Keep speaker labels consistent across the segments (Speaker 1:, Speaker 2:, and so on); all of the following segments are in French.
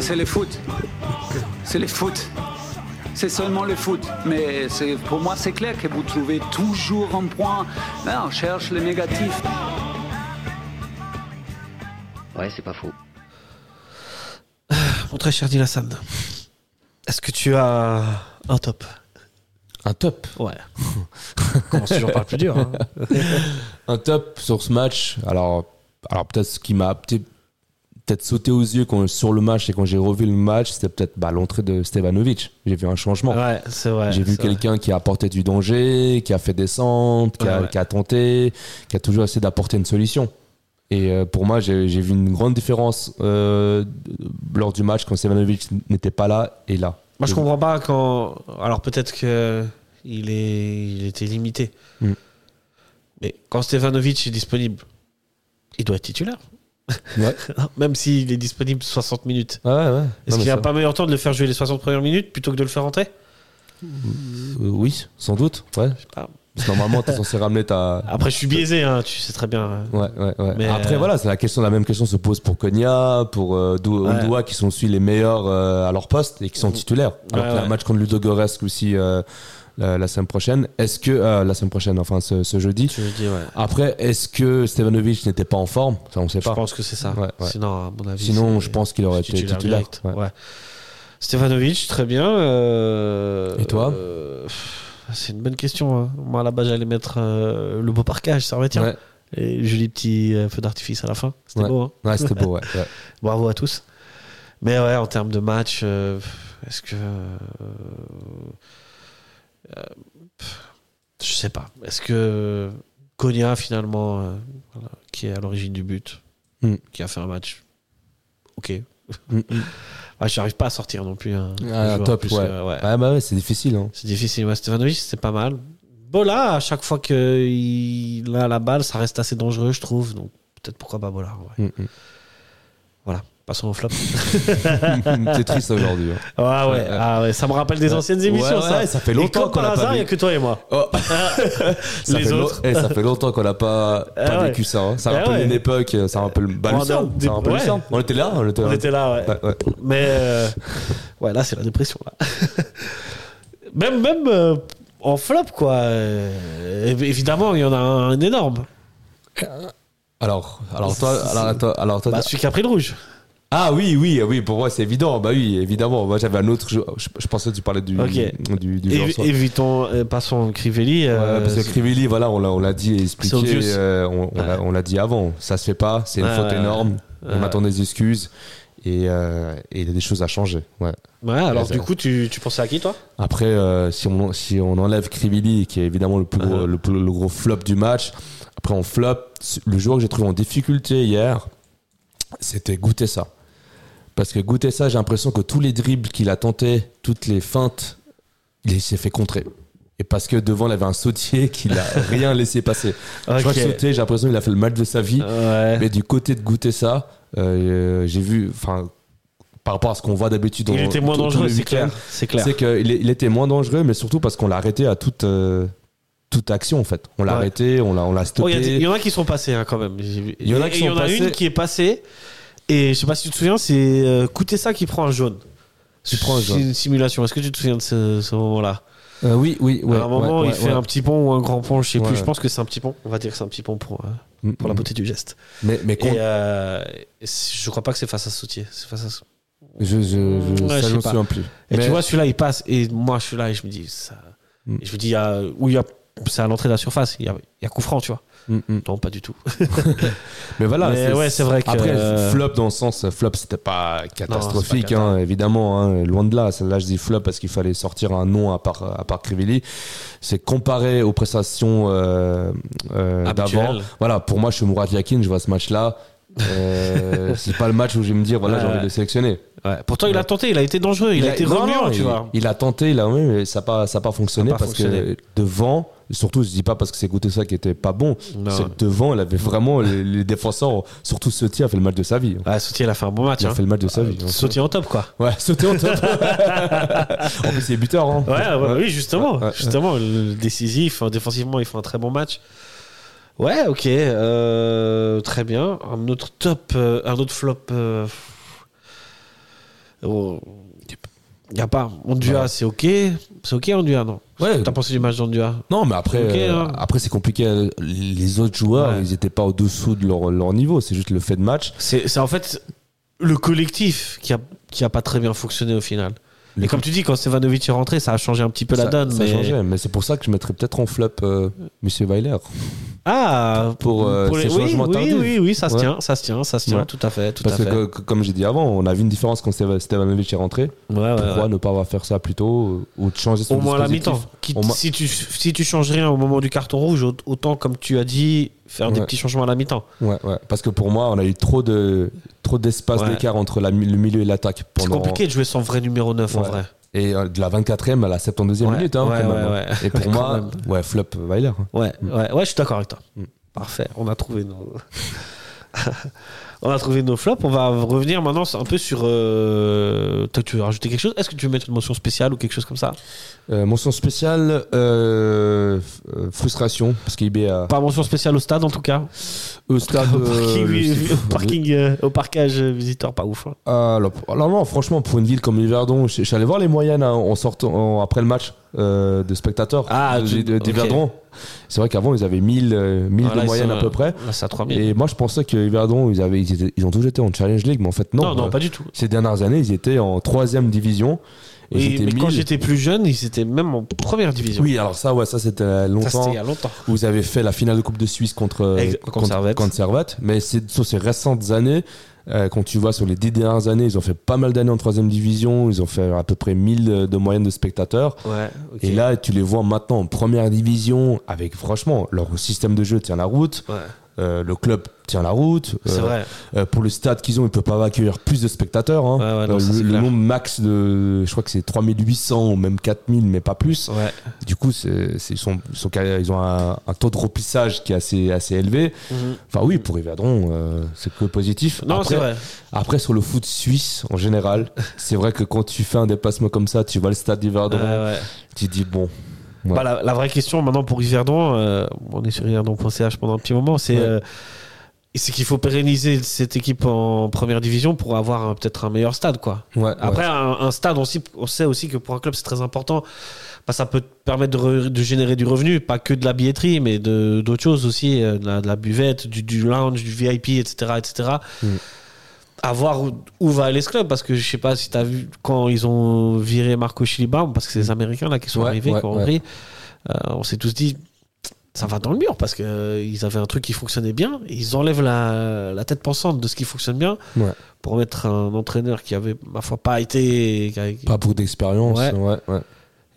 Speaker 1: C'est le foot. C'est le foot. C'est seulement le foot. Mais c'est- pour moi, c'est clair que vous trouvez toujours un point. Là, on cherche le négatif.
Speaker 2: Ouais, c'est pas faux.
Speaker 3: Mon très cher Dilassane, est-ce que tu as un top
Speaker 4: Un top.
Speaker 3: Ouais. Commence toujours par le plus dur. hein.
Speaker 4: un top sur ce match. Alors, alors peut-être ce qui m'a peut- peut-être sauté aux yeux quand, sur le match et quand j'ai revu le match, c'était peut-être bah, l'entrée de Stevanovic. J'ai vu un changement.
Speaker 3: Ouais, c'est vrai.
Speaker 4: j'ai vu
Speaker 3: c'est vrai.
Speaker 4: quelqu'un qui a apporté du danger, qui a fait descendre, qui, a,
Speaker 3: Ouais, ouais.
Speaker 4: qui a tenté, qui a toujours essayé d'apporter une solution. Et euh, pour moi, j'ai j'ai vu une grande différence euh, lors du match quand Stevanovic n'était pas là et là.
Speaker 3: Moi, je
Speaker 4: Et-
Speaker 3: comprends pas quand. Alors, peut-être que il, est... il était limité.
Speaker 4: Mm.
Speaker 3: Mais quand Stefanovic est disponible, il doit être titulaire.
Speaker 4: Ouais,
Speaker 3: Même s'il est disponible 60 minutes.
Speaker 4: ouais, ouais.
Speaker 3: Est-ce
Speaker 4: Non, mais
Speaker 3: qu'il n'y a
Speaker 4: ça-
Speaker 3: pas meilleur temps de le faire jouer les 60 premières minutes plutôt que de le faire rentrer
Speaker 4: Euh, oui, sans doute. Ouais.
Speaker 3: pas.
Speaker 4: Parce que normalement, t'es censé ramener ta,
Speaker 3: Après, je suis biaisé, hein, tu sais très bien.
Speaker 4: Ouais, ouais, ouais.
Speaker 3: Mais,
Speaker 4: Après,
Speaker 3: euh,
Speaker 4: voilà, c'est la question, la même question se pose pour Konya, pour euh, Dou-
Speaker 3: Ouais.
Speaker 4: Ondua, qui sont aussi les meilleurs euh, à leur poste et qui sont titulaires. Alors
Speaker 3: Ouais,
Speaker 4: qu'il y a
Speaker 3: ouais.
Speaker 4: un match contre Ludogorets aussi euh, la, la semaine prochaine. Est-ce que euh, la semaine prochaine, enfin ce, ce jeudi.
Speaker 3: Je veux dire, ouais.
Speaker 4: Après, est-ce que Stevanovic n'était pas en forme Ça, on sait
Speaker 3: Je
Speaker 4: pas.
Speaker 3: pense que c'est ça.
Speaker 4: Ouais, ouais.
Speaker 3: Sinon, à mon avis.
Speaker 4: Sinon,
Speaker 3: c'est-
Speaker 4: je pense qu'il aurait
Speaker 3: c'est
Speaker 4: été titulaire.
Speaker 3: direct,
Speaker 4: Ouais.
Speaker 3: ouais. Stefanovic, très bien. euh,
Speaker 4: Et toi
Speaker 3: euh, pff, C'est une bonne question. hein. Moi, à la base, j'allais mettre euh, le beau parquage, ça va, tiens.
Speaker 4: Ouais.
Speaker 3: Et joli petit euh, feu d'artifice à la fin. C'était beau, hein.
Speaker 4: Ouais, c'était beau, ouais. ouais.
Speaker 3: Bravo à tous. Mais ouais, en termes de match, euh, est-ce que. euh, euh, pff, je sais pas. Est-ce que Konya, finalement, euh, voilà, qui est à l'origine du but,
Speaker 4: Mm.
Speaker 3: qui a fait un match. Ok.
Speaker 4: Mm, mm.
Speaker 3: Ah, J'arrive pas à sortir non plus. Un,
Speaker 4: Ah,
Speaker 3: joueur
Speaker 4: top,
Speaker 3: plus,
Speaker 4: ouais.
Speaker 3: euh, ouais.
Speaker 4: Ouais, bah ouais, c'est difficile. Hein.
Speaker 3: C'est difficile. Ouais, Stefanovic, c'est pas mal. Bola, à chaque fois qu'il a la balle, ça reste assez dangereux, je trouve. Donc peut-être pourquoi pas Bola. ouais.
Speaker 4: Mm, mm.
Speaker 3: Voilà, passons au flop.
Speaker 4: T'es triste mm. aujourd'hui. hein.
Speaker 3: Ah ouais,
Speaker 4: Ouais, ouais.
Speaker 3: ah ouais, ça me rappelle des
Speaker 4: Ouais.
Speaker 3: anciennes
Speaker 4: euh, Ouais,
Speaker 3: émissions,
Speaker 4: ouais,
Speaker 3: ça.
Speaker 4: ça fait
Speaker 3: Et
Speaker 4: longtemps
Speaker 3: comme
Speaker 4: qu'on
Speaker 3: par
Speaker 4: l'a pas
Speaker 3: hasard, il
Speaker 4: vu.
Speaker 3: n'y a que toi et moi.
Speaker 4: Oh. Ça
Speaker 3: Les
Speaker 4: fait lo-
Speaker 3: autres.
Speaker 4: eh, ça fait longtemps qu'on n'a pas, pas
Speaker 3: Ah ouais.
Speaker 4: vécu ça. hein. Ça
Speaker 3: Ah
Speaker 4: rappelle
Speaker 3: ouais.
Speaker 4: une époque, ça rappelle bah, le
Speaker 3: On a
Speaker 4: sang,
Speaker 3: des-
Speaker 4: ça rappelle le
Speaker 3: ouais.
Speaker 4: sang. On était là, on était
Speaker 3: On
Speaker 4: là.
Speaker 3: était là, ouais.
Speaker 4: Ouais, ouais.
Speaker 3: Mais euh, ouais, là, c'est la dépression. Là. même même euh, en flop, quoi. Euh, évi- évidemment, il y en a un, un énorme.
Speaker 4: Alors, alors toi, alors toi, alors toi-
Speaker 3: Bah, celui qui a pris le rouge.
Speaker 4: ah oui, oui, oui, pour moi c'est évident. Bah oui, évidemment. Moi j'avais un autre. jeu- Je, je pensais que tu parlais du
Speaker 3: Ok.
Speaker 4: du, du joueur
Speaker 3: Évi-
Speaker 4: soir.
Speaker 3: évitons, euh, passons Crivelli. euh,
Speaker 4: Ouais, parce que Crivelli, voilà, on l'a, on l'a dit et expliqué,
Speaker 3: obvious.
Speaker 4: euh, on, on l'a-
Speaker 3: Ouais.
Speaker 4: on l'a dit avant, ça se fait pas, c'est une
Speaker 3: Ouais,
Speaker 4: faute
Speaker 3: ouais,
Speaker 4: énorme,
Speaker 3: ouais.
Speaker 4: on
Speaker 3: Ouais.
Speaker 4: attend des excuses et, euh, et il y a des choses à changer. Ouais.
Speaker 3: ouais, alors
Speaker 4: Ouais,
Speaker 3: du
Speaker 4: ça-
Speaker 3: coup, tu, tu pensais à qui, toi
Speaker 4: Après, euh, si, on, si on enlève Krivili, qui est évidemment le, plus gros,
Speaker 3: Ah.
Speaker 4: le, plus- le gros flop du match, après on flop, le joueur que j'ai trouvé en difficulté hier, c'était Goutessa. Parce que Goutessa, j'ai l'impression que tous les dribbles qu'il a tentés, toutes les feintes, il s'est fait contrer. Et parce que devant, il avait un sautier qui l'a rien laissé passer. Je crois que
Speaker 3: Ok.
Speaker 4: sautier, j'ai l'impression qu'il a fait le match de sa vie.
Speaker 3: Ouais.
Speaker 4: Mais du côté de Goutessa, euh, j'ai vu, enfin, par rapport à ce qu'on voit d'habitude,
Speaker 3: Il
Speaker 4: dans-
Speaker 3: était moins
Speaker 4: tous- tous
Speaker 3: dangereux,
Speaker 4: les
Speaker 3: c'est clair.
Speaker 4: week-ends,
Speaker 3: C'est clair.
Speaker 4: c'est qu'il est- il était moins dangereux, mais surtout parce qu'on l'a arrêté à toute, euh, toute action, en fait. On l'a
Speaker 3: Ouais.
Speaker 4: arrêté, on l'a on l'a
Speaker 3: Oh, Il
Speaker 4: stoppé.
Speaker 3: y, en a qui sont passés hein, quand même. J'ai vu.
Speaker 4: Il y en a qui
Speaker 3: Et il y
Speaker 4: sont
Speaker 3: en a
Speaker 4: passés.
Speaker 3: une qui est passée. Et je sais pas si tu te souviens, c'est euh, Kutesa qui prend un jaune.
Speaker 4: Qui prend un jaune.
Speaker 3: C'est une simulation. Est-ce que tu te souviens de ce, ce moment-là
Speaker 4: Euh, oui, oui, ouais,
Speaker 3: À un moment,
Speaker 4: ouais,
Speaker 3: il
Speaker 4: ouais,
Speaker 3: fait
Speaker 4: ouais.
Speaker 3: un petit pont ou un grand pont, je sais
Speaker 4: Ouais.
Speaker 3: plus. Je pense que c'est un petit pont. On va dire que c'est un petit pont pour, euh,
Speaker 4: Mm,
Speaker 3: pour la
Speaker 4: mm.
Speaker 3: beauté du geste.
Speaker 4: Mais, mais
Speaker 3: Et
Speaker 4: contre-
Speaker 3: euh, je crois pas que c'est face à Sautier. C'est face à Sautier.
Speaker 4: je, je, je,
Speaker 3: euh, Ouais, je
Speaker 4: ça,
Speaker 3: sais
Speaker 4: je me
Speaker 3: pas.
Speaker 4: souviens plus.
Speaker 3: Et
Speaker 4: Mais-
Speaker 3: tu vois, celui-là, il passe. Et moi, je suis là et je me dis, ça...
Speaker 4: Mm.
Speaker 3: et je me dis, il y a- où il y a, c'est à l'entrée de la surface. Il y a, il y a coup franc, tu vois.
Speaker 4: Mm, mm.
Speaker 3: Non, pas du tout.
Speaker 4: Mais voilà.
Speaker 3: Mais ouais, c'est vrai que-
Speaker 4: Après,
Speaker 3: euh,
Speaker 4: flop dans le sens, euh, flop, c'était pas catastrophique,
Speaker 3: c'est pas
Speaker 4: hein, évidemment, hein, loin de là. Là, je dis flop parce qu'il fallait sortir un nom à part, à part Crivelli. C'est comparé aux prestations euh, euh,
Speaker 3: Habituelles.
Speaker 4: d'avant. Voilà, pour moi, je suis Mourad Yakin, je vois ce match-là. Euh, c'est pas le match où je vais me dire, voilà, j'ai
Speaker 3: Ouais.
Speaker 4: envie de le sélectionner.
Speaker 3: Ouais. Pourtant, il a tenté. Il a été dangereux. Il, a, été
Speaker 4: non,
Speaker 3: remuant,
Speaker 4: non,
Speaker 3: tu
Speaker 4: il,
Speaker 3: vois.
Speaker 4: Il a tenté, il a, oui, mais ça n'a pas, ça a pas fonctionné
Speaker 3: Ça a pas
Speaker 4: parce
Speaker 3: fonctionné.
Speaker 4: que devant, surtout, je dis pas parce que c'est goûté ça qui était pas bon,
Speaker 3: Non.
Speaker 4: c'est que devant, il avait vraiment les, les défenseurs, surtout ce tir, a fait le match de sa vie.
Speaker 3: Ah, Sautier, il a fait un bon match.
Speaker 4: Il a
Speaker 3: hein.
Speaker 4: fait le match de sa vie.
Speaker 3: Euh, Sautier en top, quoi.
Speaker 4: Ouais, sauter en top. en plus, il est buteur. Hein.
Speaker 3: Ouais, ouais, oui, justement.
Speaker 4: Ouais, ouais.
Speaker 3: justement, le- le décisif. hein, Défensivement, ils font un très bon match. Ouais, ok. euh, très bien. Un autre top, euh, un autre flop. euh, on- y a pas. Honduras, c'est ok. C'est ok, Honduras, non
Speaker 4: Ouais.
Speaker 3: T'as pensé du match d'Honduras
Speaker 4: Non, mais après,
Speaker 3: Ok,
Speaker 4: euh,
Speaker 3: hein.
Speaker 4: après c'est compliqué. Les autres joueurs,
Speaker 3: Ouais.
Speaker 4: ils n'étaient pas au-dessous de leur, leur niveau. C'est juste le fait de match.
Speaker 3: C'est c'est en fait le collectif qui a, qui a pas très bien fonctionné au final.
Speaker 4: Le
Speaker 3: Et comme tu dis, quand Stevanovic est rentré, ça a changé un petit peu la
Speaker 4: Ça-
Speaker 3: donne.
Speaker 4: ça
Speaker 3: mais-
Speaker 4: changeait. Mais c'est pour ça que je mettrais peut-être en flop euh, Monsieur Weiler.
Speaker 3: Ah
Speaker 4: Pour, euh, ces
Speaker 3: oui,
Speaker 4: changements
Speaker 3: oui,
Speaker 4: tardifs.
Speaker 3: oui, oui, ça se
Speaker 4: Ouais.
Speaker 3: tient, ça se tient, ça se tient,
Speaker 4: Ouais.
Speaker 3: tout à fait, tout
Speaker 4: Parce
Speaker 3: à
Speaker 4: que,
Speaker 3: fait.
Speaker 4: co- co- comme j'ai dit avant, on a vu une différence quand Stev- Stevanovic est rentré.
Speaker 3: Ouais, ouais,
Speaker 4: Pourquoi
Speaker 3: ouais.
Speaker 4: ne pas avoir faire ça plus tôt euh, ou de changer son
Speaker 3: Au moins à la
Speaker 4: dispositif
Speaker 3: mi-temps. Quitte-
Speaker 4: Au moins-
Speaker 3: Si tu, si tu changes rien au moment du carton rouge, au- autant, comme tu as dit, faire des
Speaker 4: Ouais.
Speaker 3: petits changements à la mi-temps.
Speaker 4: Ouais, ouais. Parce que pour moi, on a eu trop de trop d'espace
Speaker 3: Ouais.
Speaker 4: d'écart entre la mi- le milieu et l'attaque.
Speaker 3: C'est
Speaker 4: pendant-
Speaker 3: compliqué de jouer sans vrai numéro 9 en
Speaker 4: Ouais.
Speaker 3: vrai.
Speaker 4: Et euh, de la 24e à la 72e
Speaker 3: Ouais.
Speaker 4: minute. hein,
Speaker 3: Ouais,
Speaker 4: quand
Speaker 3: ouais,
Speaker 4: même.
Speaker 3: ouais.
Speaker 4: Et pour
Speaker 3: Quand
Speaker 4: moi,
Speaker 3: même.
Speaker 4: ouais, flop Weiler. hein.
Speaker 3: Ouais, ouais, ouais, je suis d'accord avec toi.
Speaker 4: Mm.
Speaker 3: Parfait, on a trouvé nos. on a trouvé nos flops. On va revenir maintenant un peu sur. euh, toi, tu veux rajouter quelque chose Est-ce que tu veux mettre une mention spéciale ou quelque chose comme ça
Speaker 4: Euh, mention spéciale, euh, f- euh, frustration, parce qu'IB a.
Speaker 3: Pas mention spéciale au stade en tout cas.
Speaker 4: Au stade.
Speaker 3: au parking,
Speaker 4: euh,
Speaker 3: oui,
Speaker 4: je sais
Speaker 3: au,
Speaker 4: pas.
Speaker 3: parking, euh, au parkage euh, visiteur, pas ouf. hein.
Speaker 4: Ah, alors, alors non, franchement, pour une ville comme Yverdon, je je suis allé voir les moyennes hein, en sortant en- après le match euh, de spectateurs
Speaker 3: Ah,
Speaker 4: de-
Speaker 3: tu-
Speaker 4: de-
Speaker 3: ok.
Speaker 4: d'Yverdon. C'est vrai qu'avant, ils avaient 1000, euh, 1000
Speaker 3: Voilà,
Speaker 4: de
Speaker 3: ils
Speaker 4: moyenne
Speaker 3: sont,
Speaker 4: à peu
Speaker 3: euh,
Speaker 4: près.
Speaker 3: Là, c'est à 3000.
Speaker 4: Et moi, je pensais que Yverdon, ils, avaient, ils, étaient- ils ont toujours été en Challenge League, mais en fait, non.
Speaker 3: non, non,
Speaker 4: Euh,
Speaker 3: pas du tout.
Speaker 4: Ces dernières années, ils étaient en 3 division. Et,
Speaker 3: Et-
Speaker 4: ils étaient
Speaker 3: mais quand
Speaker 4: 1000.
Speaker 3: j'étais plus jeune, ils étaient même en première division.
Speaker 4: Oui, alors ça, ouais, ça c'était euh,
Speaker 3: ça
Speaker 4: longtemps.
Speaker 3: c'était il y a longtemps.
Speaker 4: où Vous avez fait la finale de Coupe de Suisse contre, euh,
Speaker 3: Ex- contre Servette.
Speaker 4: contre Servette. Mais c'est sur ces récentes années, euh, quand tu vois sur les dix dernières années, ils ont fait pas mal d'années en troisième division. Ils ont fait à peu près 1000 de- de moyenne de spectateurs.
Speaker 3: Ouais, ok.
Speaker 4: Et là, tu les vois maintenant en première division avec, franchement, leur système de jeu tient la route.
Speaker 3: Ouais,
Speaker 4: euh, le club tient la route.
Speaker 3: c'est
Speaker 4: Euh,
Speaker 3: vrai.
Speaker 4: euh, pour le stade qu'ils ont, ils ne peuvent pas accueillir plus de spectateurs. hein.
Speaker 3: Ouais, ouais, non,
Speaker 4: Euh,
Speaker 3: ça, c'est
Speaker 4: le, le
Speaker 3: clair.
Speaker 4: nombre max de, je crois que c'est 3800 ou même 4000, mais pas plus.
Speaker 3: Ouais.
Speaker 4: Du coup, c'est, c'est- ils, sont, ils, sont carré- ils ont un, un taux de replissage qui est assez, assez élevé.
Speaker 3: Mhm.
Speaker 4: Enfin, oui, pour Yverdon, euh, c'est que positif.
Speaker 3: Non,
Speaker 4: après,
Speaker 3: c'est vrai.
Speaker 4: après, sur le foot suisse en général, c'est vrai que quand tu fais un déplacement comme ça, tu vas le stade d'Yverdon,
Speaker 3: Euh, Ouais, ouais.
Speaker 4: tu te dis bon. Ouais.
Speaker 3: Bah, la, la vraie question maintenant pour Yverdon, euh, on est sur Yverdon.ch pendant un petit moment, c'est
Speaker 4: Ouais.
Speaker 3: euh, c'est qu'il faut pérenniser cette équipe en première division pour avoir un- peut-être un meilleur stade. quoi.
Speaker 4: Ouais,
Speaker 3: Après, un, un stade, on, sait- on sait aussi que pour un club, c'est très important. Bah, ça peut te permettre de, re- de générer du revenu, pas que de la billetterie, mais de- d'autres choses aussi, euh, de la, de la buvette, du, du lounge, du VIP, etc. etc.
Speaker 4: Mm.
Speaker 3: À voir où, où va aller ce club, parce que je sais pas si tu as vu quand ils ont viré Marco Chilibaum, parce que c'est les Américains là qui sont
Speaker 4: Mm. Ouais,
Speaker 3: arrivés,
Speaker 4: ouais,
Speaker 3: qui ont
Speaker 4: ouais.
Speaker 3: repris, euh, on s'est tous dit, ça va dans le mur, parce qu'ils avaient un truc qui fonctionnait bien, et ils enlèvent la, la tête pensante de ce qui fonctionne bien
Speaker 4: Ouais.
Speaker 3: pour mettre un entraîneur qui avait, ma foi, pas été. qui avait-
Speaker 4: Pas beaucoup d'expérience.
Speaker 3: Ouais.
Speaker 4: ouais, ouais.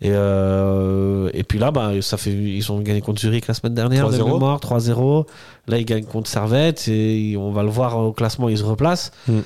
Speaker 3: et, euh, et puis là, bah, ça fait, ils ont gagné contre Zurich la semaine dernière, de
Speaker 4: 3-0.
Speaker 3: mémoire, 3-0. Là, ils gagnent contre Servette et on va le voir au classement, ils se replacent.
Speaker 4: Hmm.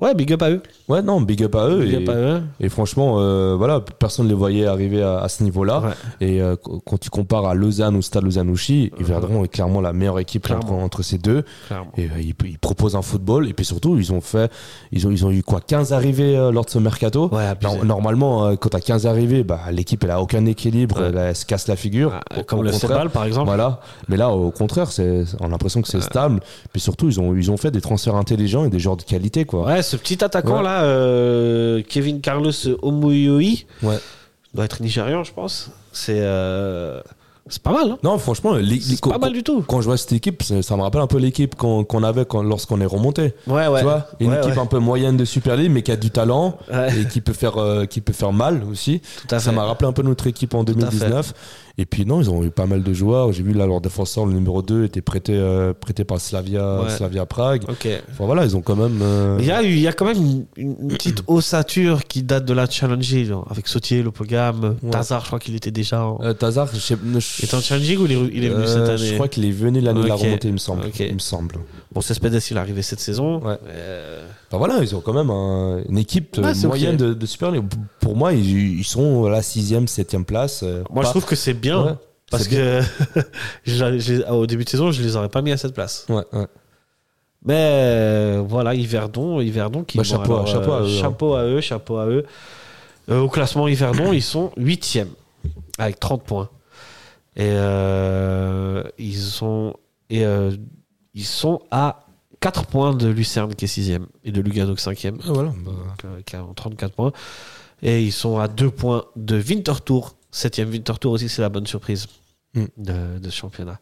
Speaker 3: Ouais, big up à eux.
Speaker 4: Ouais, non, big up à eux.
Speaker 3: Big
Speaker 4: et,
Speaker 3: up à eux. hein.
Speaker 4: et franchement, euh, voilà, personne ne les voyait arriver à, à ce niveau-là.
Speaker 3: Ouais.
Speaker 4: Et euh, qu- quand tu compares à Lausanne ou Stade Lausanne-Ouchy, Yverdon est clairement la meilleure équipe entre,
Speaker 3: Clairement.
Speaker 4: entre ces deux.
Speaker 3: Clairement.
Speaker 4: Et, euh, ils, ils proposent un football. Et puis surtout, ils ont fait, ils ont, ils ont eu quoi, 15 arrivées euh, lors de ce mercato.
Speaker 3: Ouais, abusé.
Speaker 4: Nor- normalement, euh, quand t'as 15 arrivées, bah, l'équipe elle a aucun équilibre,
Speaker 3: Ouais.
Speaker 4: elle, elle se casse la figure.
Speaker 3: Ah,
Speaker 4: Au-
Speaker 3: Comme
Speaker 4: au
Speaker 3: le
Speaker 4: contraire.
Speaker 3: Sebal, par exemple.
Speaker 4: Voilà, mais là au contraire, c'est, on a l'impression que c'est stable. Puis surtout, ils ont, ils ont fait des transferts intelligents et des joueurs de qualité, quoi.
Speaker 3: Ouais, ce petit attaquant
Speaker 4: Ouais.
Speaker 3: là, euh, Kevin Carlos Omoyoi,
Speaker 4: Ouais.
Speaker 3: doit être nigérian, je pense. C'est euh, c'est pas mal, hein
Speaker 4: Non, franchement, les- les-
Speaker 3: C'est
Speaker 4: co-
Speaker 3: pas mal
Speaker 4: co-
Speaker 3: du tout.
Speaker 4: quand je vois cette équipe, ça, ça me rappelle un peu l'équipe qu'on, qu'on avait quand- lorsqu'on est remonté.
Speaker 3: Ouais, ouais.
Speaker 4: Tu vois, une
Speaker 3: Ouais,
Speaker 4: équipe
Speaker 3: ouais.
Speaker 4: un peu moyenne de Super League, mais qui a du talent
Speaker 3: Ouais.
Speaker 4: et qui peut faire, euh, qui peut faire mal aussi.
Speaker 3: Tout à
Speaker 4: Ça
Speaker 3: fait.
Speaker 4: m'a rappelé un peu notre équipe en
Speaker 3: à fait.
Speaker 4: 2019. Et puis non, ils ont eu pas mal de joueurs. J'ai vu là leur défenseur, le numéro 2, était prêté, euh, prêté par Slavia,
Speaker 3: Ouais.
Speaker 4: Slavia Prague.
Speaker 3: Ok.
Speaker 4: Enfin voilà, ils ont quand même. euh,
Speaker 3: Il y, a, eu- il y a quand même une, une petite ossature qui date de la Challenge League, hein, avec Sautier, Lopogam,
Speaker 4: Ouais.
Speaker 3: Tazar, je crois qu'il était déjà en...
Speaker 4: euh, Tazar, je sais je-
Speaker 3: Il était en Challenge League ou il est, il est venu
Speaker 4: Euh,
Speaker 3: cette année
Speaker 4: Je crois qu'il est venu l'année de la
Speaker 3: Ok.
Speaker 4: remontée, il me semble.
Speaker 3: Ok.
Speaker 4: Il me semble.
Speaker 3: Bon, Cespedes, il est arrivé cette saison.
Speaker 4: Ouais.
Speaker 3: Euh,
Speaker 4: Enfin, voilà, ils ont quand même un- une équipe euh,
Speaker 3: Ouais, c'est ok.
Speaker 4: moyenne de, de Super League. P- Pour moi, ils, ils sont à la 6 septième place. euh,
Speaker 3: moi,
Speaker 4: pas-
Speaker 3: je trouve que c'est bien,
Speaker 4: Ouais,
Speaker 3: parce
Speaker 4: c'est
Speaker 3: que je les- je les- au début de saison, je les aurais pas mis à cette place.
Speaker 4: Ouais, ouais.
Speaker 3: Mais euh, voilà, Yverdon, Yverdon qui... euh,
Speaker 4: Bah, chapeau à- chapeau à eux, hein.
Speaker 3: chapeau à eux, chapeau à eux. Euh, au classement Yverdon, ils sont 8 avec 30 points. Et euh, ils sont et euh, ils sont à 4 points de Lucerne qui est 6ème et de Luganoc 5ème.
Speaker 4: Ah, voilà. bah,
Speaker 3: donc, euh, qui a 34 points. Et ils sont à 2 points de Winterthur. 7ème Winterthur aussi, c'est la bonne surprise
Speaker 4: Mm.
Speaker 3: de, de ce championnat.